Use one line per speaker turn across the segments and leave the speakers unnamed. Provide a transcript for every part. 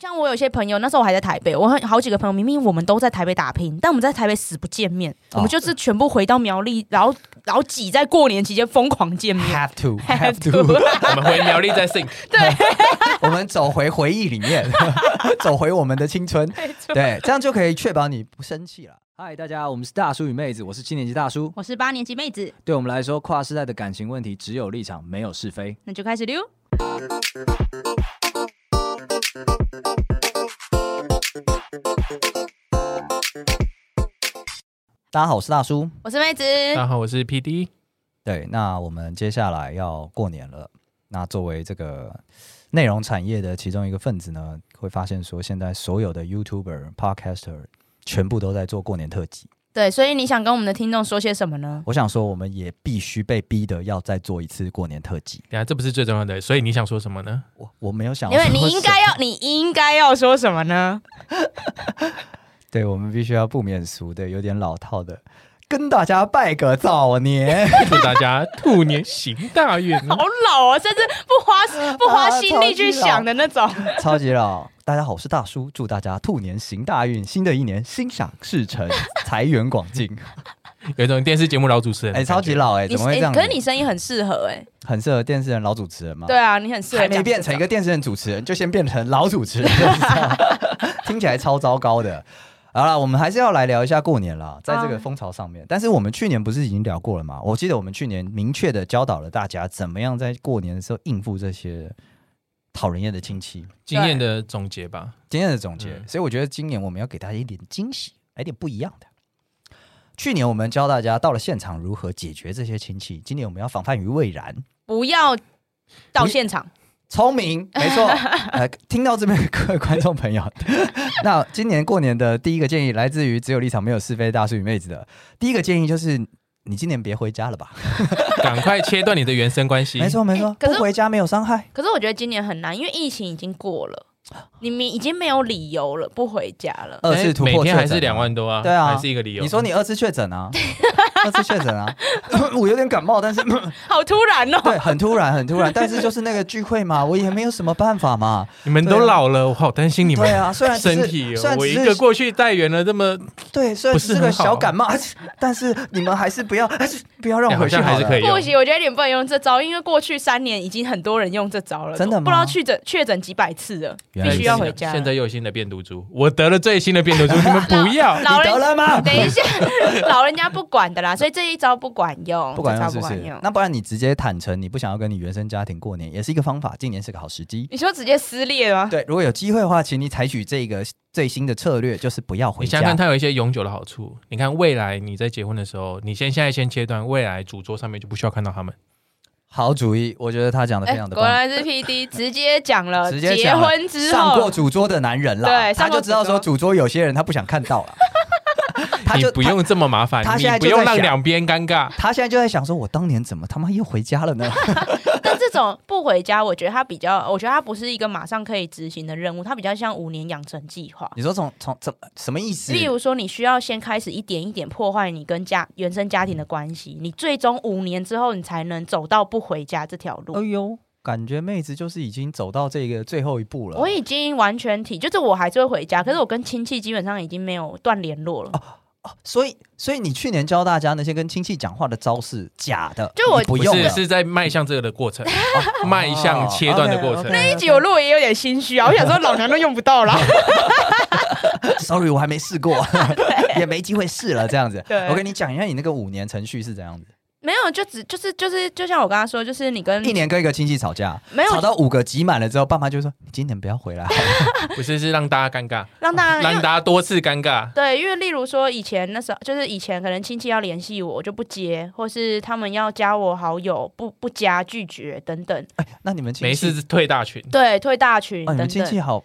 像我有些朋友，那时候我还在台北，我很好几个朋友，明明我们都在台北打拼，但我们在台北死不见面，
哦
我们就是全部回到苗栗，然后然后挤在过年期 间疯狂见面。
Have to，
Have to
我们回苗栗再 think。
我们走回回忆里面， 走回我们的青春，对，这样就可以确保你不生气了。嗨，大家，我们是大叔与妹子，我是七年级大叔。
我是八年级妹子，
对我们来说，跨世代的感情问题只有立场，没有是非。
那就开始溜。
大家好，我是大叔。
我是妹子，
大家好，我是 P D。
对，那我们接下来要过年了。那作为这个内容产业的其中一个分子呢，会发现说，现在所有的 YouTuber、Podcaster 全部都在做过年特辑。
对，所以你想跟我们的听众说些什么呢？
我想说，我们也必须被逼的要再做一次过年特辑。
等一下这不是最重要的，所以你想说什么呢？
我我没有想
因
要说
为
什么，
你应该要，你应该要说什么呢？
对我们必须要不免俗的，有点老套的，跟大家拜个早年。
祝大家兔年行大运
嗯
哦！
好老啊，甚至不 花不花心力去想的那种。
超级老。大家好，我是大叔，祝大家兔年行大运，新的一年心想事成， 财源广进。
有一种电视节目老主持人，
哎、超级，老哎、
你
怎么会这样子？
可是你声音很适合哎、
很适合电视人老主持人嘛？
对，啊，你很适合
还
讲这种。
没变成一个电视人主持人，就先变成老主持人，就是这 样听起来超糟糕的。好了，我们还是要来聊一下过年啦，在这个
啊
风潮上面。但是我们去年不是已经聊过了吗？我记得我们去年明确的教导了大家怎么样在过年的时候应付这些讨人厌的亲戚。
经验的总结吧。
今天的总结，
嗯
所以我觉得今年我们要给大家一点惊喜，来点不一样的。去年我们教大家到了现场如何解决这些亲戚，今年我们要防范于未然。
不要到现场，
聪 明，没错。呃，听到这边的各位观众朋友，那今年过年的第一个建议来自于只有立场没有是非大叔与妹子的第一个建议就是，你今年别回家了吧？
赶快切断你的原生关 系。
哎没，错没错，
可是
不回家没有伤害。
可是我觉得今年很难，因为疫情已经过 了，你们已经没有理由了，不回家了。
二次突破
哎每天还
确诊
是
啊
两万多啊，
对啊
还是一个理由。
你说你二次确诊 啊？二次确诊啊？ 我有点感冒，但是
好突然哦、
对，很突然，很突然，但是就是那个聚会嘛，我也没有什么办法嘛。
你们都老了，我好担心你
啊对
们
啊，虽然只是
身体
虽
哦。
然
我
只
一
是
个过去带原了这么，
对，虽然
不
只是
是
个
很好啊
小感冒，但是你们还是不要， 还是不要让我
哎
回
好
去
像还是可
以。
以用
不。行，我觉得你们不能用这招，因为过去三年已经很多人用这招了，
真的吗
不知道确诊确诊几百次了，
原来
必须要回家。
现在又有新的变毒株，我得了最新的变毒 株，你们不要。
老
你
人，
得了吗？
等一下，老人家不管的啦，所以这一招不管用，
不管
哦这招
用是
不
不
管
是
用？。
那不然你直接坦诚，你不想要跟你原生家庭过年，也是一个方法。今年是个好时机。
你说直接撕裂吗？
对，如果有机会的话，请你采取这个最新的策略，就是不要回
你想
家。
想看，它有一些永久的好处。你看，未来你在结婚的时候，你先现在先切断，未来主桌上面就不需要看到他们。
好主意，我觉得他讲的非
哎
常的
果
棒。
然是 P D 直接讲了，
直接
结
讲了
婚之
上过
后，
主桌的男人啦，
对
他
上过
就知道说
主
主桌有些人他不想看 到了，他
你
就
不用这么麻烦
他，
你
现在就
不用
在
让
想
两边尴尬。
他现在就在想说，我当年怎么他妈又回家了呢？
但这种不回家，我觉得它比较，我觉得它不是一个马上可以执行的任务，它比较像五年养成计划。
你说从从怎么什么意思？
例如说，你需要先开始一点一点破坏你跟家原生家庭的关系，你最终五年之后，你才能走到不回家这条
哎
路。
呦，感觉妹子就是已经走到这个最后一步了。
我已经完全体，就是我还是会回家，可是我跟亲戚基本上已经没有断联络了。
哦所以所以你去年教大家那些跟亲戚讲话的招式假的，
就我
你不
不
用
是
了哦
是在迈向这个的过程，迈向切断的过程。
那一集我录也有点心虚啊，我想说老娘都用不到了。
Sorry，我还没试 过，也没机会试了。这样子
对，
我跟你讲一下，你那个五年程序是怎样子？
没有，就只就是就是，就像我刚刚说，就是你跟
一年跟一个亲戚吵架，
嗯没
吵
有
到五个集满了之后，爸妈就说：“你今年不要回来。啊
不是是让大家尴尬，
让大家嗯
让
因为
大家多次尴尬。
对，因为例如说以前那时候，就是以前可能亲戚要联系我，我就不接，或是他们要加我好友，不不加拒绝等等，”
哎那你们亲
没
戚
事，退大群，
对，退大群
哦，
等
你
等。
们亲戚好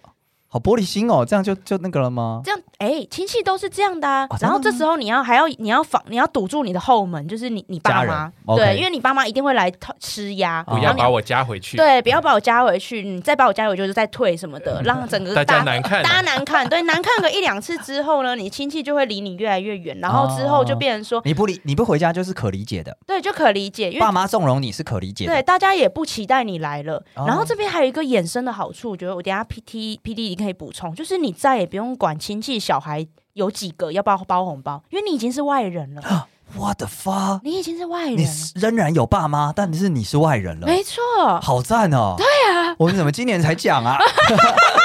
好玻璃心哦，这样就就那个了吗？
这样哎，亲戚都是这样的啊
哦。
然
真的
后这时候你要还要你要防你要堵住你的后门，就是你你
家
爸
人
妈，
OK
对，因为你爸妈一定会来偷吃鸭，
不
不
然
要
后你
把我加回去，
对，不要把我加回去，你再把我加回去就是再退什么的，让整个
嗯大家
大
难看啊。
大家难看，对，难看个一两次之后呢，你亲戚就会离你越来越远，然后之后就
哦
变成说，
你不理你不回家就是可理解的，
对，就可理解，因为
爸妈纵容你是可理解
对
的。
大家也不期待你来了。
哦
然后这边还有一个衍生的好处，我觉得我等一下 P T P D 你可以补充，就是你再也不用管亲戚小孩有几个要不要包红包，因为你已经是外人了，
What the fuck！
你已经是外人
啊你
了，
仍然有爸妈，但是你是外人
嗯
了，
没错，
好赞哦！对啊，我们怎么今年才 讲啊？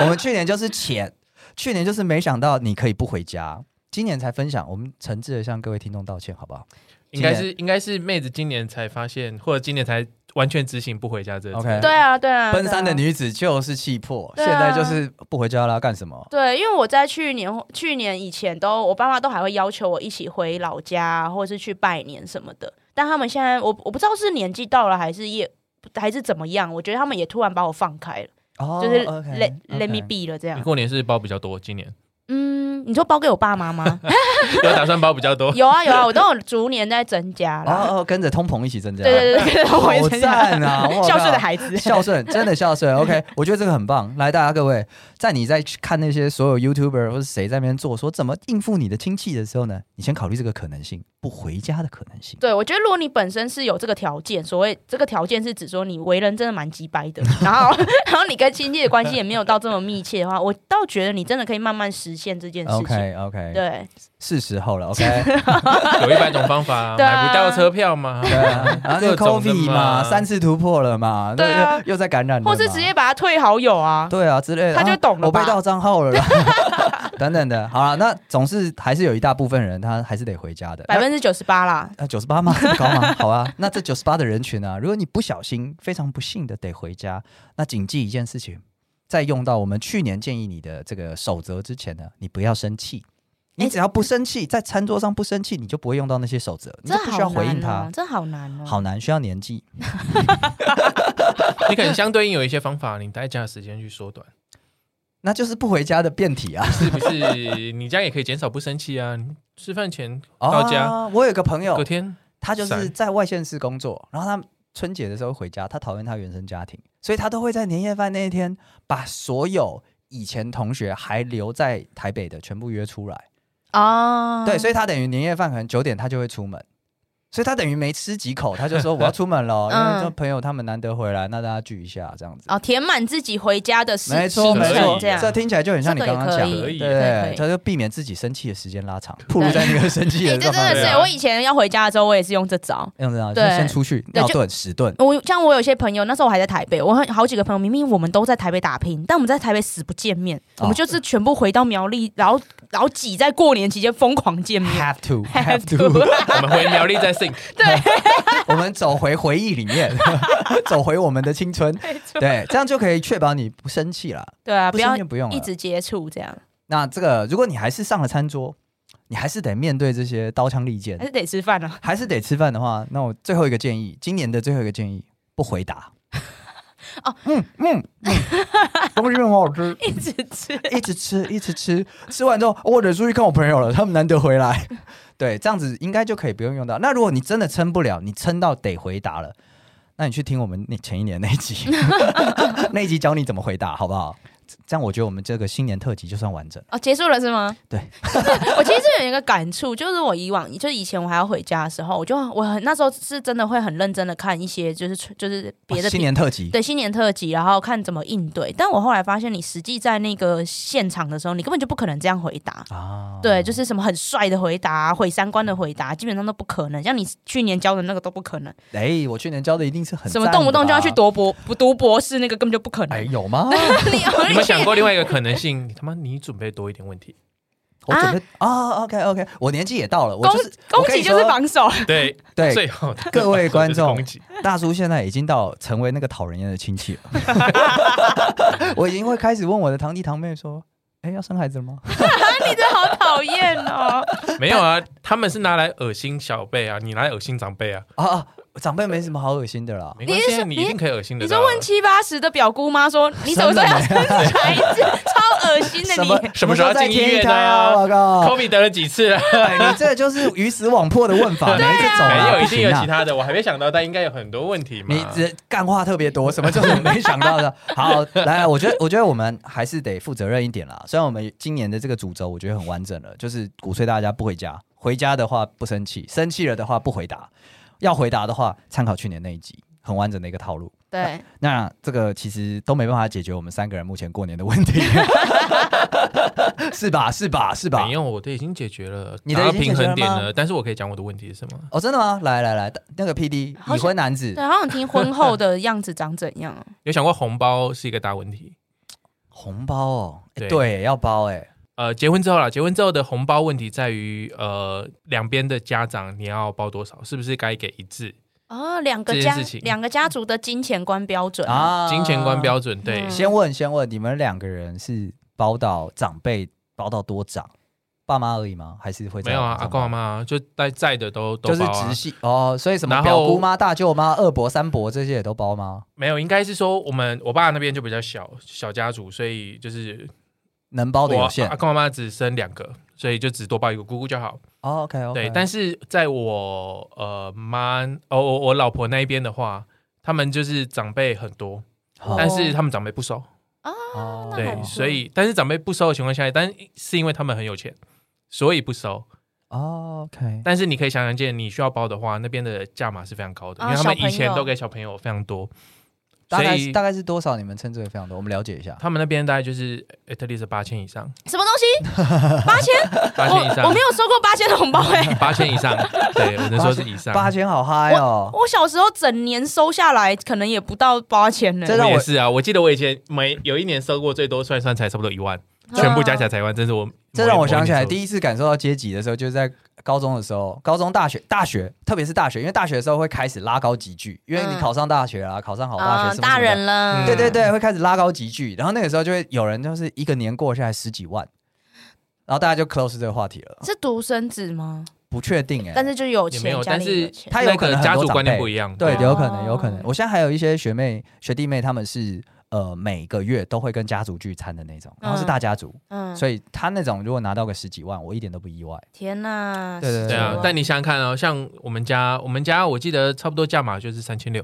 我们去年就是浅，去年就是没想到你可以不回家，今年才分享。我们诚挚的向各位听众道歉，好不好
应该是应该是妹子今年才发现，或者今年才完全执行不回家这个
OK
策略
对啊，对啊，
奔三
对
的
啊
女子就是气魄，
对啊
现在就是不回家啦，干什么？
对，因为我在去年去年以前都，我爸妈都还会要求我一起回老家，或者是去拜年什么的。但他们现在，我我不知道是年纪到了，还是业还是怎么样，我觉得他们也突然把我放开了，
哦
就是
OK，
let let me
OK
be 了这
你
样。
过年是包比较多，今年
嗯，你说包给我爸妈 吗？
有打算包比较多。
有啊有啊，我都有逐年在增加啦。
哦哦，跟着通膨一起增加，
对对对对，我也
好
增加。
赞啊！我靠
孝顺的孩子，
孝顺，真的孝顺。OK，我觉得这个很棒。来，大家各位，在你在看那些所有 YouTuber 或是谁在那边做说怎么应付你的亲戚的时候呢，你先考虑这个可能性，不回家的可能性。
对，我觉得如果你本身是有这个条件，所谓这个条件是指说你为人真的蛮鸡掰的，然 后然后你跟亲戚的关系也没有到这么密切的话，我倒觉得你真的可以慢慢实现这件事情。
OK OK，
对
是时 候了。OK，
有一百种方 法，
对啊
买不到车票嘛，
对 啊，然后那个
各种的
COVID 嘛，
嘛
三次突破了嘛，
对啊
又又在感染了嘛，
或是直接把他退好友啊。
对啊之类的，
他就懂了
啊我被
吧
盗账 号了啦，等等的。好了，那总是还是有一大部分人他还是得回家的。
百分之九十八啦，
呃，九十八吗？这 么高吗？好啊，那这九十八的人群啊，如果你不小心、非常不幸的得回家，那谨记一件事情，在用到我们去年建议你的这个守则之前呢，你不要生气。你
哎
只要不生气，在餐桌上不生气，你就不会用到那些守则，你
这
就不需要
好
回应
难
他
哦，。这好难哦。
好难，需要年纪。
你可能相对应有一些方法，你待家的时间去缩短，
那就是不回家的变体啊！
是不是？你这样也可以减少不生气啊。你吃饭前到家，
啊我有个朋友
隔，天
他就是
散
在外县市工作，然后他春节的时候回家，他讨厌他原生家庭，所以他都会在年夜饭那一天把所有以前同学还留在台北的全部约出来。
啊，
对，所
以
以他等于年夜饭可能九点他就会出门，所以他等于没吃几口他就说我要出门了，因
嗯
为这朋友他们难得回来，那大家聚一下这样子。
哦，填满自己回家的事
没错，
行
没
程
错，
这样
这听起来就很像你
这个
刚
也
刚讲
可以
的，
可以
这个可
对，
以
他就避免自己生气的时间拉长，暴露在那个生气
哎，
的
这真
状
的
态
对
是
啊
我以前要回家的时候，我也是用这招。
这样子啊，就
对
先出去
对
尿
就
遁十顿，
我像我有些朋友，那时候我还在台北，我很好几个朋友，明明我们都在台北打拼，但我们在台北死不见面，我们就是全部回到苗栗，然后然后挤在过年期间疯狂见 面。
have to have to，
我们回苗栗 再 think，
我们走回回忆里面， 走回我们的青春，对，这样就可以确保你不生气了，
对啊，
不
不要
生气不用
一
了。
直接触这样，
那这个，如果你还是上了餐桌，你还是得面对这些刀枪利剑
还，是得吃饭啊。
还是得吃饭的话，那我最后一个建议，今年的最后一个建议，不回答。
哦，
嗯嗯，嗯东西很好吃，
一直吃，
一直吃， 一直吃，吃完之后，哦我得出去看我朋友了，他们难得 回来，对，这样子应该就可以不用用到。那如果你真的撑不了，你撑到得回答了，那你去听我们那前一年那一 集， 那一集教你怎么回答，好不好？这样我觉得我们这个新年特辑就算完整了。
哦，结束了是吗？
对，
我其实有一个感触，就是我以往就是以前我还要回家的时候，我就我很那时候是真的会很认真的看一些就是就是别的
哦新年特辑，
对哦新年特辑，然后看怎么应对。但我后来发现，你实际在那个现场的时候，你根本就不可能这样回答。
啊，
对，就是什么很帅的回答、毁三观的回答，基本上都不可能。像你去年教的那个都不可能，
哎、我去年教的一定是很
什么
赞
动不
的
动就要
吧
去读博不读博士，那个根本就不可能。
哎，有吗？
你
你们想过另外一个可能性？你他妈你准备多一点问题，
我准备啊，OK OK，我年纪也到了，我
攻
就是我
攻
跟
击
你
就是
说
防 守，
对，
对
最后的
哎 各位观众
攻击
大叔现在已经到成为那个讨人厌的亲 戚了，我已经会开始问我的堂弟堂妹说，哎，要生孩子了吗？
你真的好讨厌哦。
没有啊，他们是拿来恶心小辈啊，你拿来恶心长辈啊，
啊啊，长辈没什么好恶心的啦。
没关
你
系
是
啊，
说
你一定可以恶心 的。
你说问七八十的表姑妈说你什么时候要生孩子，超恶心的、着
什么
你
什么时候要进医院呢、
啊？我靠！
？Kobe 得了几次了？
哎你这个就是鱼死网破的问 法，每一次走
没
啊
有，一
不
定
行
有
啊
其他的，我还没想到，但应该有很多问题嘛。
你这干话特别 多，什么就是没想到的。好，来，我觉得我觉得我们还是得负责任一点啦。虽然我们今年的这个主轴我觉得很完整了，就是鼓吹大家不回家，回家的话不生气，生气了的话不回答，要回答的话参考去年那一集，很完整的一个套路。
对，
那这个其实都没办法解决我们三个人目前过年的问题， 是吧？是吧？是吧
没？有，我的已经解决了，
啊你的
达
已
到
经解
平
决
衡
了
点
吗
了。但是我可以讲我的问题是什么？
哦，真的吗？来来来，那个 P D
好
已
想
婚男子
对，好想听婚后的样子长怎样啊？
有想过红包是一个大问题？
红包哦，哎
对
对，要包哎，
呃，结婚之后啦，结婚之后的红包问题在于，呃，两边的家长你要包多少，是不是该给一致？
啊，两个
这件
家
事情
两个家族的金钱观标准啊，
啊
金钱观标准对，
嗯
先问，先问，你们两个人是包到长辈包到多长？爸妈而已吗？还是会再
没有啊，
往上
阿公阿
包？
妈啊就在在的都都
就是
包啊
直系哦，所以什么
然后
表姑妈、大舅妈、二伯、三伯这些也都包吗？
没有，应该是说我们我爸那边就比较小小家族，所以就是
能包的
我啊
有限
阿。公阿妈只生两个，所以就只多包一个姑姑就好。
哦，OK，OK、o k
对，但是在我呃妈哦我我老婆那一边的话，他们就是长辈很多，
好
但是他们长辈不收，
哦
那还
对，
不错
所以但是长辈不收的情况下，但是因为他们很有钱，所以不收。
哦，OK，
但是你可以想象见，你需要包的话，那边的价码是非常高的，
啊
因为他
小
们
朋友
以前都给小朋友非常多，
大
所
概
以
大概是多少？你们称之为非常多，我们了解一下。
他们那边大概就是哎 at least 八千以上，
什么东西？八千？
八千以
哦我我
上
没，有收过八千的红包哎、
八千以上，对，我能说是以 上。
八千好嗨哦！
我小时候整年收下来，可能也不到八千呢。
这
我
让我
也是啊，我记得我以前每有一年收过最多算一算才差不多一万，全部加起来才一万，真是我。
这让我想起来，
一
第一次感受到阶级的时候，就是在高中的时候，高中、大学、大学，特别是大学，因为大学的时候会开始拉高级距，因为你
嗯
考上大学啊，考上好大学
啊
什，么
大
什么的
人了，
嗯
对对对，会开始拉高集聚，然后那个时候就会有人就是一个年过下来十几万，然后大家就 close 这个话题了。
是独生子吗？
不确定哎、
但是就有
嗯也没
钱，
有
家
但是
里有钱
他有可能很多
家族观念
长辈
不一样，
对，
哦
有可能，有可能。我现在还有一些学妹、学弟妹，他们是呃每个月都会跟家族聚餐的那种，然后是大家族，
嗯，
所以他那种如果拿到个十几万，我一点都不意外。
天哪，
对对对
十
对啊
万，
但你想想看哦，像我们家，我们家我记得差不多价码就是三千六，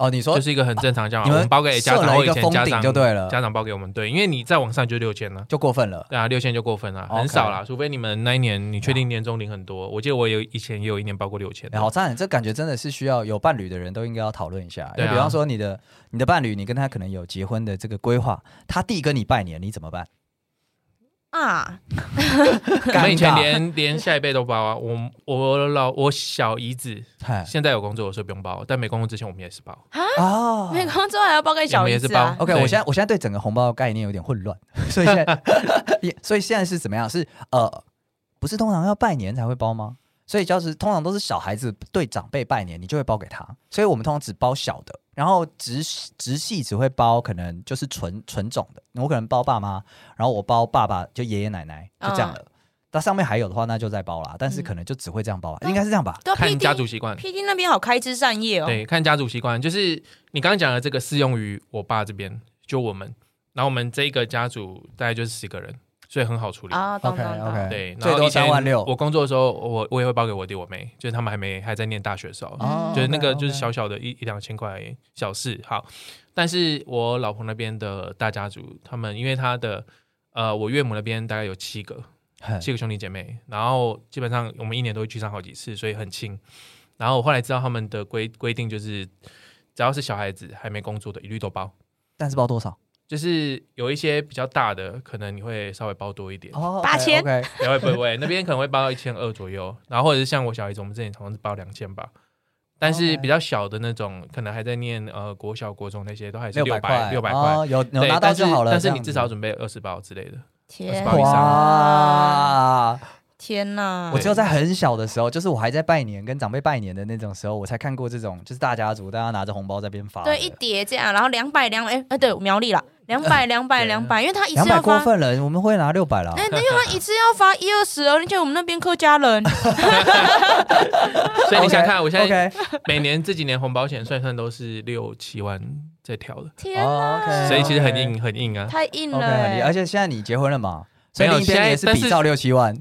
哦，你说、
就是一个很正常的价码。
你
啊我
们
们包给家
设
长，
了
我
一
以
个
前
封
家
顶
长
就对了，
家长包给我们，对，因为你再往上就六千了。
就过分了。
对啊，六千就过分了，
OK
很少啦。除非你们那一年你确定年终领很多，我记得我有以前也有一年包过六千。
哎、好赞！这感觉真的是需要有伴侣的人都应该要讨论一下，因
对
为
啊
比方说你的你的伴侣，你跟他可能有结婚的这个规划，他弟跟你拜年，你怎么办？
啊，
我们以前
尴尬
连连下一辈都包啊。我我老我小姨子
嗨
现在有工作，所以不用包，但没工作之前我们也是包。
哦
那工作啊还要包给小姨子啊
也没，
OK，
对
我现在我现在对整个红包的概念有点混乱， 所以现在也所以现在是怎么样？是呃，不是通常要拜年才会包吗？所以就是通常都是小孩子对长辈拜年，你就会包给他，所以我们通常只包小的，然后直直系只会包可能就是纯纯种的，我可能包爸妈，然后我包爸爸就爷爷奶奶就这样了。那上面还有的话，那就再包啦，但是可能就只会这样包啦，应该是这样吧？
对啊
看
PD
家族习惯，
P D 那边好开枝散叶哦，
对，看家族习惯，就是你刚刚讲的这个适用于我爸这边，就我们，然后我们这个家族大概就是十个人，所以很好处理。
啊，懂
OK，
懂
OK
懂，
对，
哎最多三万六
我工作的时候，我我也会包给我弟我妹，就是他们还没还在念大学的时候，
哦
就是那个
OK，OK
就是小小的一一两千块小事。好，但是我老婆那边的大家族，他们因为他的呃，我岳母那边大概有七个，
嘿
七个兄弟姐妹，然后基本上我们一年都会聚餐好几次，所以很亲。然后我后来知道他们的规规定就是，只要是小孩子还没工作的，一律都包。
但是包多少？
就是有一些比较大的，可能你会稍微包多一 点，
哦
8000
OK，
不会不会，那边可能会包到一千二左右，然后或者是像我小姨子，我们之前好像是包两千吧。但是
OK
比较小的那种，可能还在念呃国小、国中那些，都还是
六
六
百
百
块，
六百块，
哦有有
对
拿到就好了。
但
这
是但是
样
你
子
至少准备二十包之类的，
天
不好意思
哪，
哇！
天哪，
我只有在很小的时候，就是我还在拜年跟长辈拜年的那种时候，我才看过这种，就是大家族大家拿着红包在边发的。
对一叠这样，然后两百两哎哎，对苗栗啦，两百两百
对啊
两百，因为他一
两
次
百
要
过
发，哎
分啊了，我们会拿六百啦。
那那因为啊他一次要发一二十，哦而且我们那边客家 人，
所以你想看，我现在
OK，
每年这几年红保险算一算都是六七万在跳的，
天
哦
哪，
，OK
所以其实很硬很硬啊。
太硬了
OK，很厉害而
欸，
且现在你结婚了嘛，所以
没有
另一边
现在
你也是
但是
比照六七万，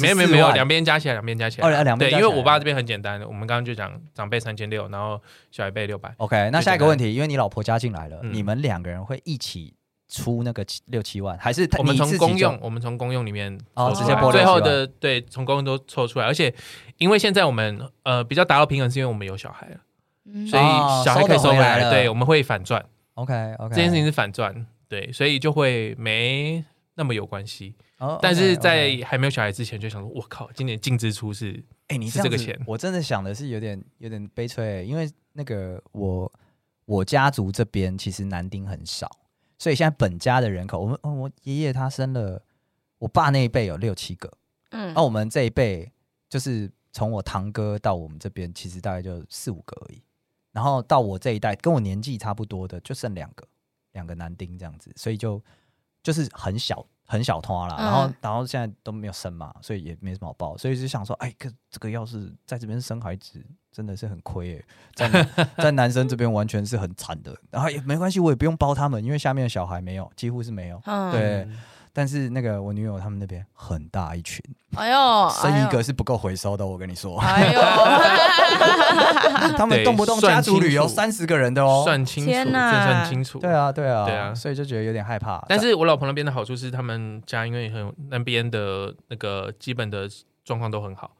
没有没有
14
没有，
万
两边加起来，两边加起来。
哦两两边
对，
加
因
起
为
来
我爸这边很简单，我们刚刚就讲长辈三千六，然后小孩辈六百。
OK，那下一个问题，因为你老婆加进来了，
嗯
你们两个人会一起出那个七六七万，还是他
我们
你自
从
己
公
就
用，我们从公用里面
哦
抽出
直接
来
拨
最
六
后
十万
的对，从公用都抽出来，而且因为现在我们呃比较达到平衡，是因为我们有小孩了，
嗯
所以
哦
小孩可以
收得
收回
回来
来，
了
对，我们会反转，
OK OK
这件事情是反转，对，所以就会没那么有关系。
哦，OK，
但是
OK
在还没有小孩之前，就想说，我靠，今年净支出是
哎、你
是
样
这个
子
钱
我真的想的是有点有点悲催、欸因为那个我我家族这边其实男丁很少，所以现在本家的人口，我们、哦、我爷爷他生了，我爸那一辈有六七个，
嗯
那、，我们这一辈就是从我堂哥到我们这边，其实大概就四五个而已，然后到我这一代跟我年纪差不多的就剩两个，两个男丁这样子，所以就就是很小很小通啦，
嗯
然后、然后现在都没有生嘛，所以也没什么好报，所以就想说，哎，可这个要是在这边生孩子。真的是很亏诶、在男在男生这边完全是很惨的，然后也没关系，我也不用包他们，因为下面的小孩没有，几乎是没有。
嗯
对但是那个我女友他们那边很大一群，
哎呦，
生一个是不够回收的，我跟 你说，
哎 呦，哎
他们动不动家族旅游
对算
三十个人的哦。
算清楚，
天
这
哪
算清楚，
对。啊，对啊，
对啊
所以就觉得有点害怕。
但是我老婆那边的好处是，他们家因为很那边的那个基本的状况都很好，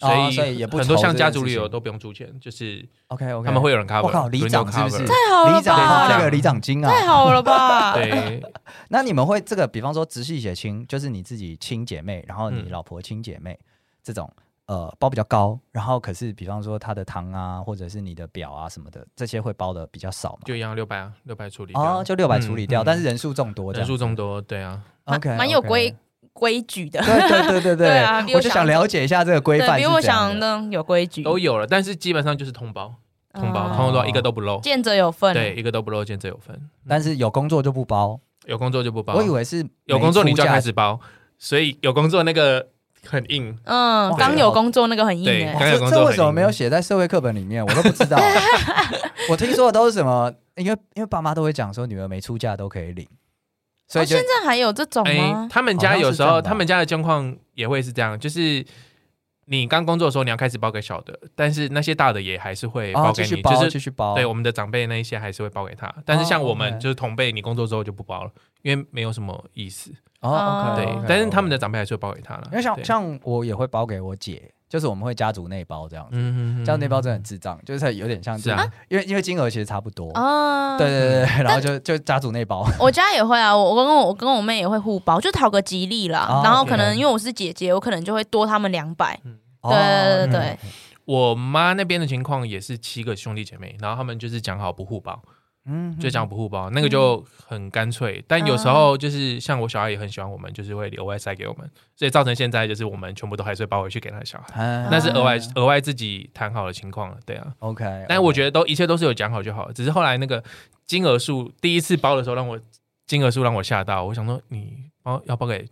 哦
所
所以也不
很多
愁
像
这
家
件
族
事
旅游
情
都不用出钱，就是
OK OK，
他们会有人 cover。
我靠里长是不是
cover
太好了
里长
吧，
那个里长金啊。
太好了 吧？，
对，
那你们会这个，比方说直系血亲，就是你自己亲姐妹，然后你
嗯
老婆亲姐妹、这种，呃，包比较高，然后可是比方说他的堂啊，或者是你的表啊什么的，这些会包的比较少嘛？
就一样六百啊，六百处理掉。
哦，就六百处理掉，
嗯嗯
但是人数众多这
人
样，
数众多，对啊，
OK，
蛮有
OK
规规矩的，
对对对对
对啊比我
我就
想
想了解一下这个 规
对
范是
比
怎
我
样
想
的。
的有规矩，
都有了，但是基本上就是通包，通包，
哦
通包一个都不漏，
见者有份，
对，，一个都不漏，见者有份。
但是有工作就不包。
有工作就不嗯包，
我以为是
有工作你就要开
没出价
始包，所以有工作那个很硬，
嗯，
哇
刚有工作那个很硬
对
哎
刚，有
这
工作
这
很
为什么没有写在社会课本里面？我都不知 道。我听说的都是什么？因为因为爸妈都会讲说女儿没出嫁都可以领，所
哦
以就
现在还有这种
哎
吗，？
他们家有时候
好像是这样吧
他们家的状况也会是这样，就是。你刚工作的时候，你要开始包给小的，但是那些大的也还是会
啊
包
继
给
续
你，
包
就
继
是
续包。
对我们的长辈那一些还是会包给他。但是像我
哦
们
，OK
就是同辈，你工作之后就不包了，因为没有什么意思。
哦，OK，
对
OK，
但是他们的
OK
长辈还是会包给他了。
因为
对
像像我也会包给我姐，就是我们会家族内包这样子。
嗯
家族内包真的很智障，就是有点像
是
这
啊
样，因为因为金额其实差不多。
啊，
对，对对，对然后就就家族内包。
我家也会啊，我我跟我我跟我妹也会互包，就讨个吉利啦
哦。
然后可
OK
能因为我是姐姐，我可能就会多他们两 百。
哦
对对对
嗯
对
我妈那边的情况也是七个兄弟姐妹，然后他们就是讲好不互包，
嗯
就讲不互包，那个就很干脆。但有时候就是像我小孩也很喜欢我们，就是会额外塞给我们，所以造成现在就是我们全部都还是会包回去给他的小孩，
哎
那是额外额外自己谈好的情况了，对啊。
OK，
但我觉
得
得都一切都是有讲好就好了，只是后来那个金额数第一次包的时候让我金额数让我吓到，我想说你包要包给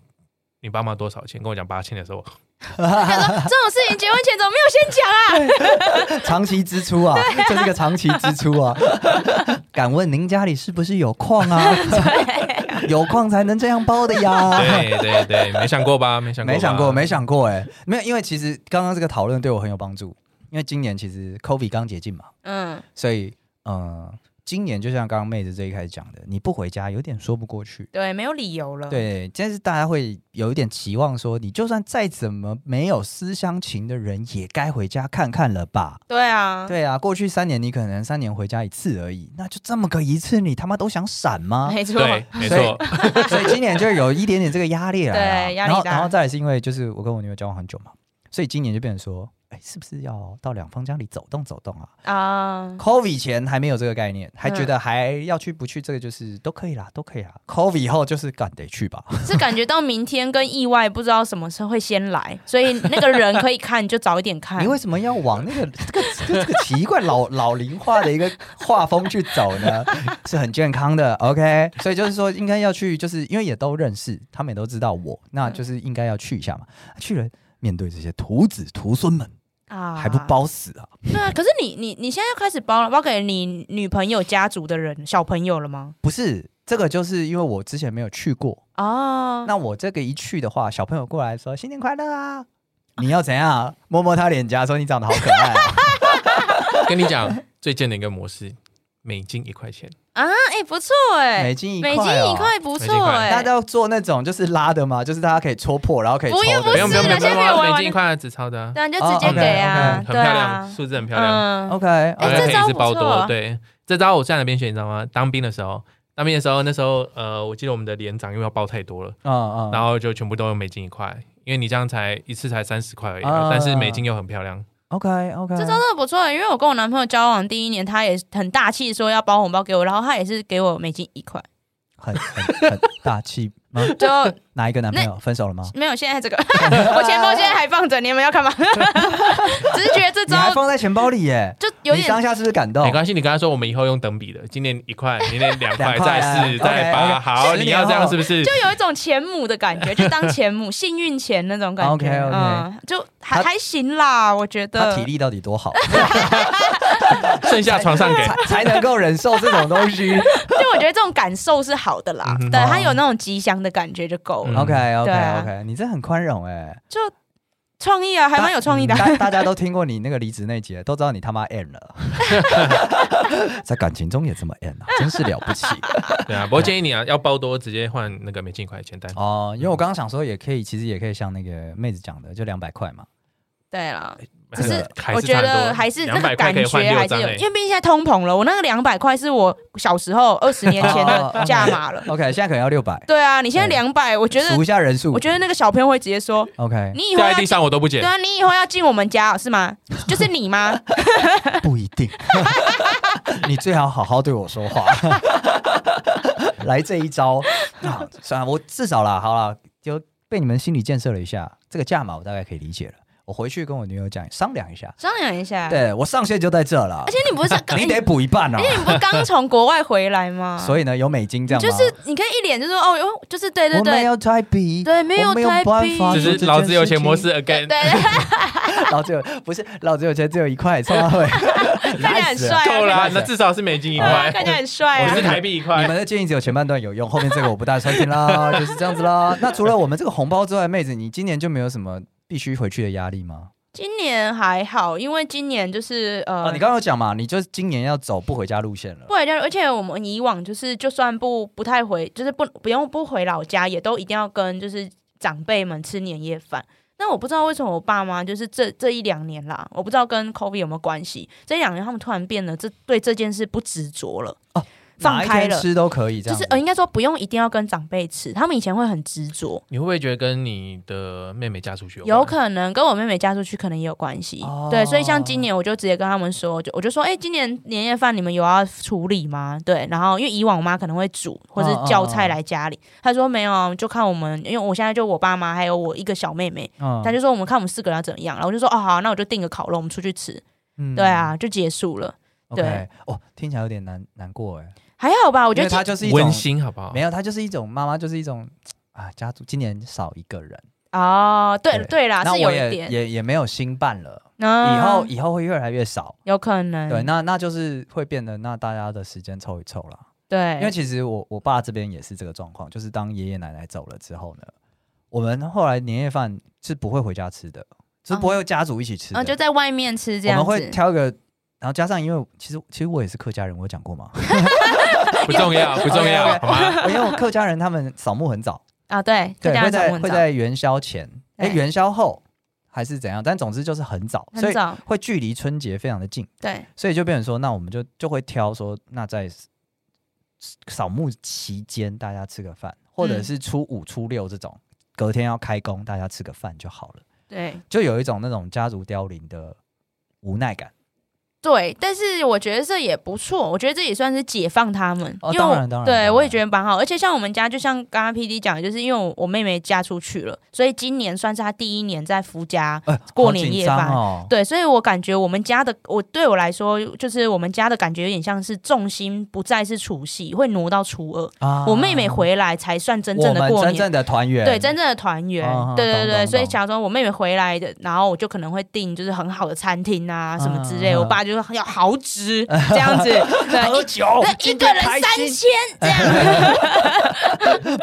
你爸妈多少钱？跟我讲八千的 时候，
她说这种事情结婚前怎么没有先讲啊？
长期支出啊，这是个长期支出 啊。敢问您家里是不是有矿啊？ 有矿才能这样包的呀。
对对对，没想过吧？没想过吧，
没想过，没想过、哎，没有，因为其实刚刚这个讨论对我很有帮助，因为今年其实 COVID 刚解禁嘛，
嗯，
所以嗯、呃今年就像刚刚妹子最一开始讲的，你不回家有点说不过去。
对，没有理由了。，
对，但是大家会有一点期望说，你就算再怎么没有思乡情的人，也该回家看看了吧？
对啊，
对啊，过去三年你可能三年回家一次而已，那就这么个一次，你他妈都想闪吗？
没错，
对，没
所以
错，
所以今年就有一点点这个压力了、啊。
对压力
然后
大
然后再来是因为就是我跟我女友交往很久嘛，所以今年就变成说，哎、哎，是不是要到两方家里走动走动啊
啊，
？COVID 前还没有这个概念，还觉
嗯
得还要去不去，这个就是都可以啦，都可以啦。COVID 后就是敢得去吧，
是感觉到明天跟意外不知道什么时候会先来，所以那个人可以看就早一点看
你。为什么要往那个 这个这个这个奇怪老 老龄化的一个画风去走呢？ 是很健康的，OK。所以就是说，应该要去，就是因为也都认识，他们也都知道我，那
嗯
就是应该要去一下嘛。去了，面对这些徒子徒孙们，
啊
还不？包死啊？
对啊，可是你你你现在要开始包了，包给你女朋友家族的人小朋友了吗？
不是，这个就是因为我之前没有去过，
哦，
那我这个一去的话，小朋友过来说新年快乐啊。你要怎样？啊摸摸他脸颊，说你长得好可爱、啊。
跟你讲，最贱的一个模式，每斤一块钱，
啊，哎、不错哎、
美金一块、
美
哦，
金一块不
美金一
错
块
哎、
大家要做那种就是拉的嘛，就是大家可以戳破，然后可以抽
不用
的。
不啊
不用不用不
啦
用不
现在没有
用，
玩
每斤一块纸钞的啊，
对啊，你就直
哦
接给啊，
很
对
漂亮，
啊，
数字很漂亮，
嗯
OK，哎、
哎
而
这
且可以
招
是
不
包
错
多
啊。
对，这招我站哪边选你知道吗？当兵的时候，当兵的时候，那时候呃，我记得我们的连长因为要包太多了。
嗯
然后就全部都用美金一块，因为你这样才一次才三十块而已、
啊
但是美金又很漂亮。
，OK OK，
这招真的不错，因为我跟我男朋友交往第一年，他也很大气说要包红包给我，然后他也是给我美金一 块，
很 很很大气吗？
就
哪一个男朋友分手了吗？
没有现在这个， 我钱包现在还放着，你们要干嘛？ 只是觉得这
你还
招
放在钱包里耶？
就有
你当
点
下是不是感动
没？关系，你跟他说我们以后用等比的，今年一块，明年两
嗯两
块，
块
再
啊
四，再八，
OK，OK，
好，
十
你
年
要这样
后
是不是？
就有一种钱母的感觉，就当钱母幸运钱那种感觉
OK，OK
嗯，就还
他
还行啦，我觉
他
得
体力到底多 好，
剩下床上给。
才才能够忍受这种东西
就我觉得这种感受是好的啦，
嗯
对
哦
他有那种吉祥的感觉就够了，
嗯
？OK OK
对啊
OK，你这很宽容哎，
就创意啊，还蛮有创意 的。
大大家都听过你那个离职那节，都知道你他妈 N 了，在感情中也这么 N 啊，真是了不起。
对啊，不过建议你啊，要包多直接换那个美金一块钱单。
哦，因为我刚刚想说，也可以，其实也可以像那个妹子讲的，就两百块嘛。
对啦，
还
只是
还
我觉
差很
得
多
还是那
200
个
块
感
可以
觉
换
还
六
是
张
有，
欸
因为毕竟现在通膨了。我那个 两百块是我小时候二十年前
哦
的价码 了。
OK，现在可能要六百。
对啊，你现在两百，我觉得
数一下人数，
我觉得那个小朋友会直接说
得 OK，
你以后
掉在
要
地上我都不捡
对。啊，你以后要进我们家是 吗？就是你 吗？
不一定。 你最好好好对我说话， 来这一招啊！算了，我至少啦，好啦，就被你们心理建设了一下，这个价码我大概可以理解了。我回去跟我女友讲商量一下，
商量一下。
对我上限就在这了
啊而，且 你不是刚
你得补一半啊
而。且你不是刚从国外回来吗？
所以呢，有美金这
你
样吗？
就是你可以一脸就说哦哟，就是对对
我没
对
有台币，
对没有
我没有
台币
办法
只
做哦这件事情，
是老子有钱模式
对
again，
对，
老子有不是 老子有钱只有一块，冲他 会，
看起来很帅啊，
够了啊，
对
那至少是美金一
啊
块，
看起来很帅
我
啊
是。台币一
你
块
们。的建议只有前半段有用，后面这个我不大相信啦， 就是这样子啦。那除了我们这个红包之外，妹子，你今年就没有什么必须回去的压力吗？
今年还好，因为今年就是
啊，
呃，
你刚刚有讲嘛，你就是今年要走不回家路线了
不。回家，而且我们以往就是就算不不太回，就是不不用不回老家，也都一定要跟就是长辈们吃年夜饭。但我不知道为什么我爸妈就是这这一两年啦，我不知道跟 COVID 有没有关系。这一两年他们突然变得这对这件事不执着了，
哦
放开
哪一天
了，
吃都可以，这
就
样
是
子
呃，应该说不用一定要跟长辈吃，他们以前会很执着，
你会不会觉得跟你的妹妹嫁出去
有
关
可能跟我妹妹嫁出去可能也有关系。
哦
对，所以像今年我就直接跟他们说，就我就说，哎、今年年夜饭你们有要处理吗？对，然后因为以往我妈可能会煮或是叫菜来家
嗯
里，她说没有啊，就看我们，因为我现在就我爸妈还有我一个小妹妹，
嗯
她就说我们看我们四个人要怎么样，然后我就说哦好啊，那我就订个烤肉，我们出去吃。
嗯
对，啊，就结束了，
OK，
对
哦，听起来有点难难过哎，
还好吧？我
我
觉得
它
今
就是一种
温馨好不好
没？有，它就是一种妈妈就是一种啊，家族今年少一个人，
哦，对
对
对啦，
那
是有
我
一
也
点，
也也没有新办了，
嗯哎
以后以后会越来越少。
有可能，
对，那那就是会变得，那大家的时间凑一凑啦。
对，
因为其实我我爸这边也是这个状况，就是当爷爷奶奶走了之后呢，我们后来年夜饭是不会回家吃的，就是不会家族一起吃的，
然后哦嗯就在外面吃这
我
样
们
子，
会挑一个，然后加上因为其实其实我也是客家人，我有讲 过嘛，
不重要，不重要，好吗？
因为我客家人他们扫墓很早，
啊，对，
对，会
这样
在
问
会
早
在元宵前，哎，
对
元宵后还是怎样，但总之就是很早，所
很
以
早，
会距离春节非常的近，
对，
所以就变成说，那我们就就会挑说，那在 s- s- 扫墓期间大家吃个饭，或者
嗯
是初五、初六这种，隔天要开工，大家吃个饭就好了。
对
就有一种那种家族凋零的无奈感。
对，但是我觉得这也不错，我觉得这也算是解放他们，
哦
因为
当
我
然当然当
对
然
我也觉得蛮好。而且像我们家，就像刚刚 P D 讲的，就是因为我我妹妹嫁出去了，所以今年算是她第一年在夫家。
呃，
过
好
年
紧
夜
张
饭
哦，
对，所以我感觉我们家的，我对我来说，就是我们家的感觉有点像是重心不再是除夕，会挪到初二。
啊
我妹妹回来才算真正的
我
过
们真
年，
正的团圆，
对真正的团圆
啊啊。
对对
懂
对，
懂
所以
懂
假装我妹妹回来的，然后我就可能会订就是很好的餐厅啊什么之
啊
类。
啊啊
我爸就说要豪 值这样子，对，
喝
一
酒
对，一
今
个
天
人
开
三
心，
千这 样，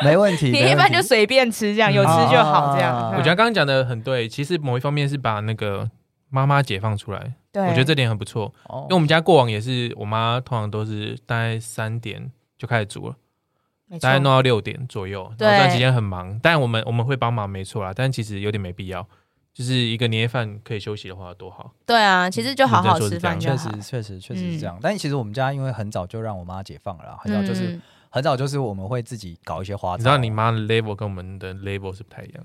没问 题。
你
没
一
问
般
题
就随便吃这样，有吃就好这
啊
样。
我觉得刚刚讲的很对，其实某一方面是把那个妈妈解放出来，
对，
我觉得这点很不错。
哦
因为我们家过往也是，我妈通常都是大概三点就开始煮了，
没错
大概弄到六点左右。
对
然后这段期间很忙，但我们我们会帮忙，没错啦。但其实有点没必要，就是一个年夜饭可以休息的话多好。
对啊，其实就好好吃饭就
确
好
实。确实确实是这样。但其实我们家因为很早就让我妈解放了啦，很早
嗯
就是、很早就是我们会自己搞一些花招。
你知道你妈的 level 跟我们的 level 是不太一样，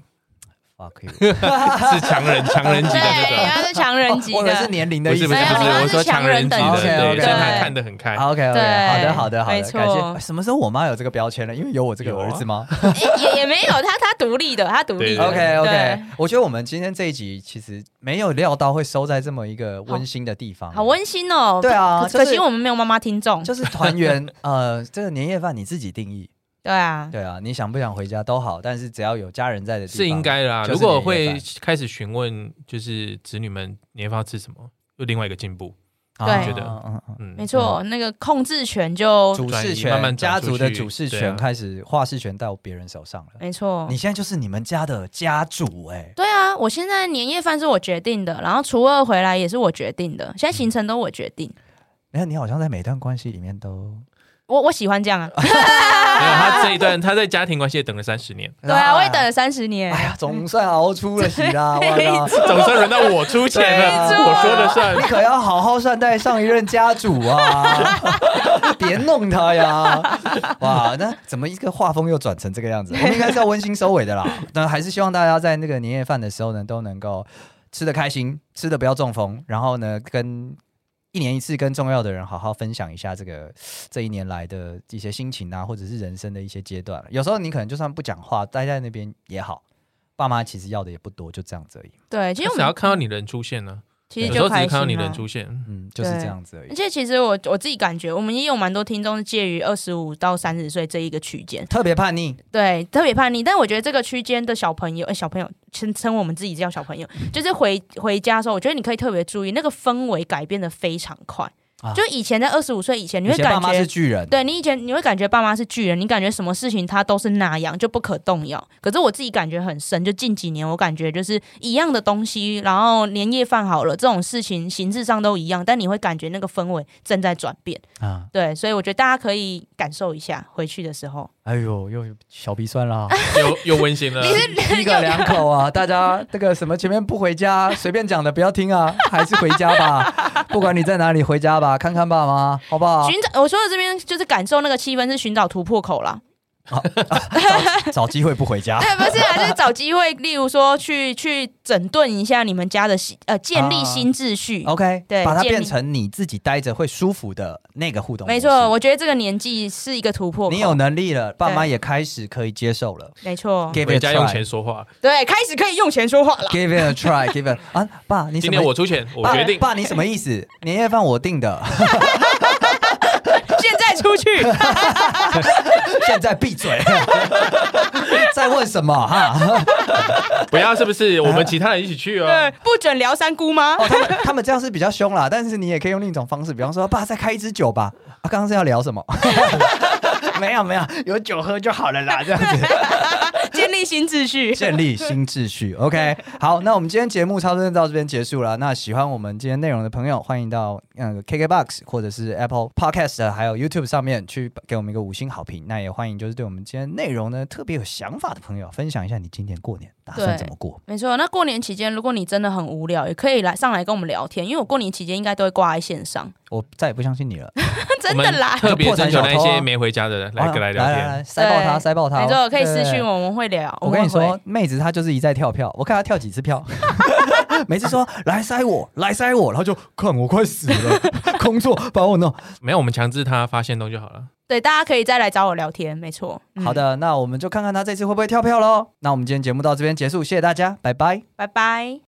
fuck you，
是强人强人级的那
对，
种。
他是强人级
哦我以为是
的，
年龄的
不
意
是
思。啊
不是
没有
不是，
她
我
是
说哎强人级的，
强人级的
对，
OK，OK，
所以她
OK
看得很开。
OK OK，
哎对
好的好的好
没
的，
错
感谢。哎什么时候我妈有这个标签了？因为有我这个
啊
儿子 吗
诶也也没有他，他独立的，他独立
对
的。
啊
？OK
对
OK，我觉得我们今天这一集其实没有料到会收在这么一个温馨的地方，
好温馨哦。
对啊
可
就是
可惜我们没有妈妈听众。
就是团圆，呃，这个年夜饭你自己定义，
对啊，
对啊，你想不想回家都好，但是只要有家人在的地方
是应该啦。
就是
如果
年夜
会
饭
开始询问，就是子女们年夜饭要吃什么，又另外一个进步。
啊
对
觉得
嗯嗯
嗯，
没错，那个控制权就
主
转
事
移
权
慢慢转
家
出
族的
去
主事
对
权
啊
开始话事权到别人手上了。
没错
你。现在就是你们家的家主哎、
对啊，我现在年夜饭是我决定的，然后初二回来也是我决定的，现在行程都我决
嗯
定。
你看你好像在每段关系里面都
我我喜欢这样啊，
没有他这一段，他在家庭关系也等了三十年，
对啊，我也等了三十年
哎。呀，总算熬出了喜啊啦！ 哇靠
总算轮到我出钱了，
对啊
我说了 算
你。可要好好善待上一任家主啊，别弄他呀！哇，那怎么一个画风又转成这个样子？我们应该是要温馨收尾的啦。那还是希望大家在那个年夜饭的时候呢，都能够吃的开心，吃的不要中风，然后呢，跟一年一次跟重要的人好好分享一下这个这一年来的一些心情啊，或者是人生的一些阶段。有时候你可能就算不讲话，待在那边也好。爸妈其实要的也不多，就这样子而已。
对，其实
其实
我
只要
们
看到你人出现呢，
其
有
实
时候
就
只是
开
看到你
心啊
人
了。
出现，
嗯，就是
对
这样子而已
而。且其实我我自己感觉，我们也有蛮多听众是介于二十五到三十岁这一个区间，
特别叛逆，
对，特别叛逆。但我觉得这个区间的小朋友，哎、小朋友称称我们自己叫小朋友，
嗯
就是回回家的时候，我觉得你可以特别注意那个氛围改变的非常快。
啊
就以前在二十五岁以前，你
以
会
前
感
爸妈是
觉。
巨人，
对你以前你会感觉爸妈是巨人，你感觉什么事情他都是那样，就不可动摇。可是我自己感觉很深，就近几年我感觉就是一样的东西，然后年夜饭好了这种事情形式上都一样，但你会感觉那个氛围正在转变。
啊，
对，所以我觉得大家可以感受一下，回去的时候。
哎呦，又小鼻 酸啦，
又又温馨了。
一个两口啊，大家这个什么前面不回 家，随便讲的不要听啊，还是回家吧，不管你在哪里回家吧，看看爸妈，好不好？
寻找我说的这边就是感受那个气氛是寻找突破口啦，
找机会不 回家
哎、不是啊，就是找机会，例如说去去整顿一下你们家的新呃，建立
啊
新秩序。
，OK，
对
把它
建立
变成你自己待着会舒服的那个互动模
没
式。
错，我觉得这个年纪是一个突破口。
你有能力了，爸妈
对
也开始可以接受了。
没错，
Give
哦回
it
家
a
用钱
try，Give
说话，
对，开始可以用钱说话 了。
it a try，Give it 啊，爸，你什
今
么
天我出钱，我
爸
决定。
爸，你什么意思？年夜饭我定的，
现在出 去，
啊现在闭 嘴，在问什么哈？
不要是不是？我们其他人一起去
对
哦。，
不准聊三姑妈。
哦，他们他们这样是比较凶啦，但是你也可以用另一种方式，比方说，爸，再开一支酒吧。啊，刚刚是要聊 什么？没有没有，有酒喝就好了 啦，这样子
建立新秩序。
建立新秩序。OK，好，那我们今天节目差不多就到这边结束了。那喜欢我们今天内容的朋友，欢迎到那个 KKBox 或者是 Apple Podcast 还有 YouTube 上面去给我们一个五星好评。那也欢迎就是对我们今天内容呢特别有想法的朋友，分享一下你今年过年打算
对
怎么过。
没错， 那过年期间，如果你真的很无聊，也可以来上来跟我们聊天，因为我过年期间应该都会挂在线上，
我再也不相信你了。
真的啦
我们，特别征求那
破产小偷啊
些没回家的人 来
啊
跟来聊
来
天。
来，塞爆他，
对
塞爆他！哦
没错，可以私
对
信。我，我们会聊。
我跟你
们会
说，妹子她就是一再跳票，我看她跳几次票， 每次说来塞我，来塞我，然后就看我快死了， 工作把我弄。
没有，我们强制他发现动就好了。
对，大家可以再来找我聊天，没错。嗯
好，的，那我们就看看她这次会不会跳票喽。那我们今天节目到这边结束，谢谢大家，拜拜。
拜拜。